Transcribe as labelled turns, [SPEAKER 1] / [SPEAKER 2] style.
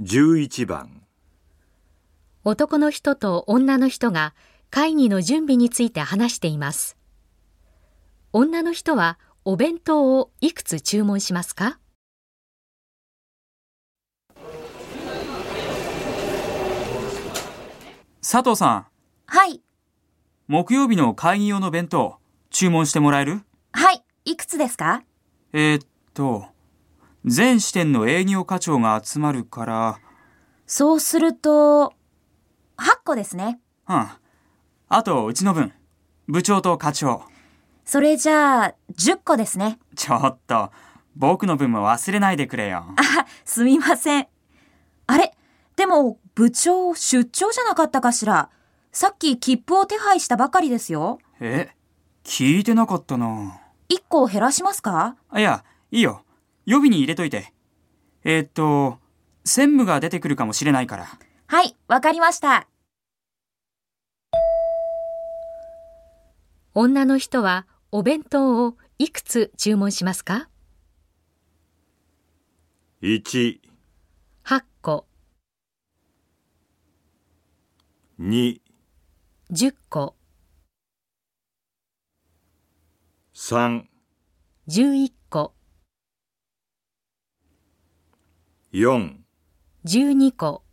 [SPEAKER 1] 11番
[SPEAKER 2] 男の人と女の人が会議の準備について話しています。女の人はお弁当をいくつ注文しますか
[SPEAKER 3] 佐藤さん、
[SPEAKER 4] はい、
[SPEAKER 3] 木曜日の会議用の弁当、注文してもらえる
[SPEAKER 4] はい、いくつですか
[SPEAKER 3] えーっと、全支店の営業課長が集まるか
[SPEAKER 4] そうすると、8個ですね。
[SPEAKER 3] ら、うん。あと、うちの分、部長と課長。
[SPEAKER 4] それじゃあ、10個ですね。
[SPEAKER 3] ちょっと、僕の分も忘れないでくれよ。
[SPEAKER 4] あ、すみません。あれでも、部長、出張じゃなかったかしらさっき切符を手配したばかりですよ。
[SPEAKER 3] え聞いてなかったな。
[SPEAKER 4] 1個を減らしますか
[SPEAKER 3] あ、いや、いいよ。予備に入れといて。えーっと、専務が出てくるかもしれないから。
[SPEAKER 4] はい、わかりました。
[SPEAKER 2] 女の人はお弁当をいくつ注文しますか
[SPEAKER 1] 1
[SPEAKER 2] ?8 個、
[SPEAKER 1] 2
[SPEAKER 2] 10個、
[SPEAKER 1] 3
[SPEAKER 2] 11個、
[SPEAKER 1] 4
[SPEAKER 2] 12個、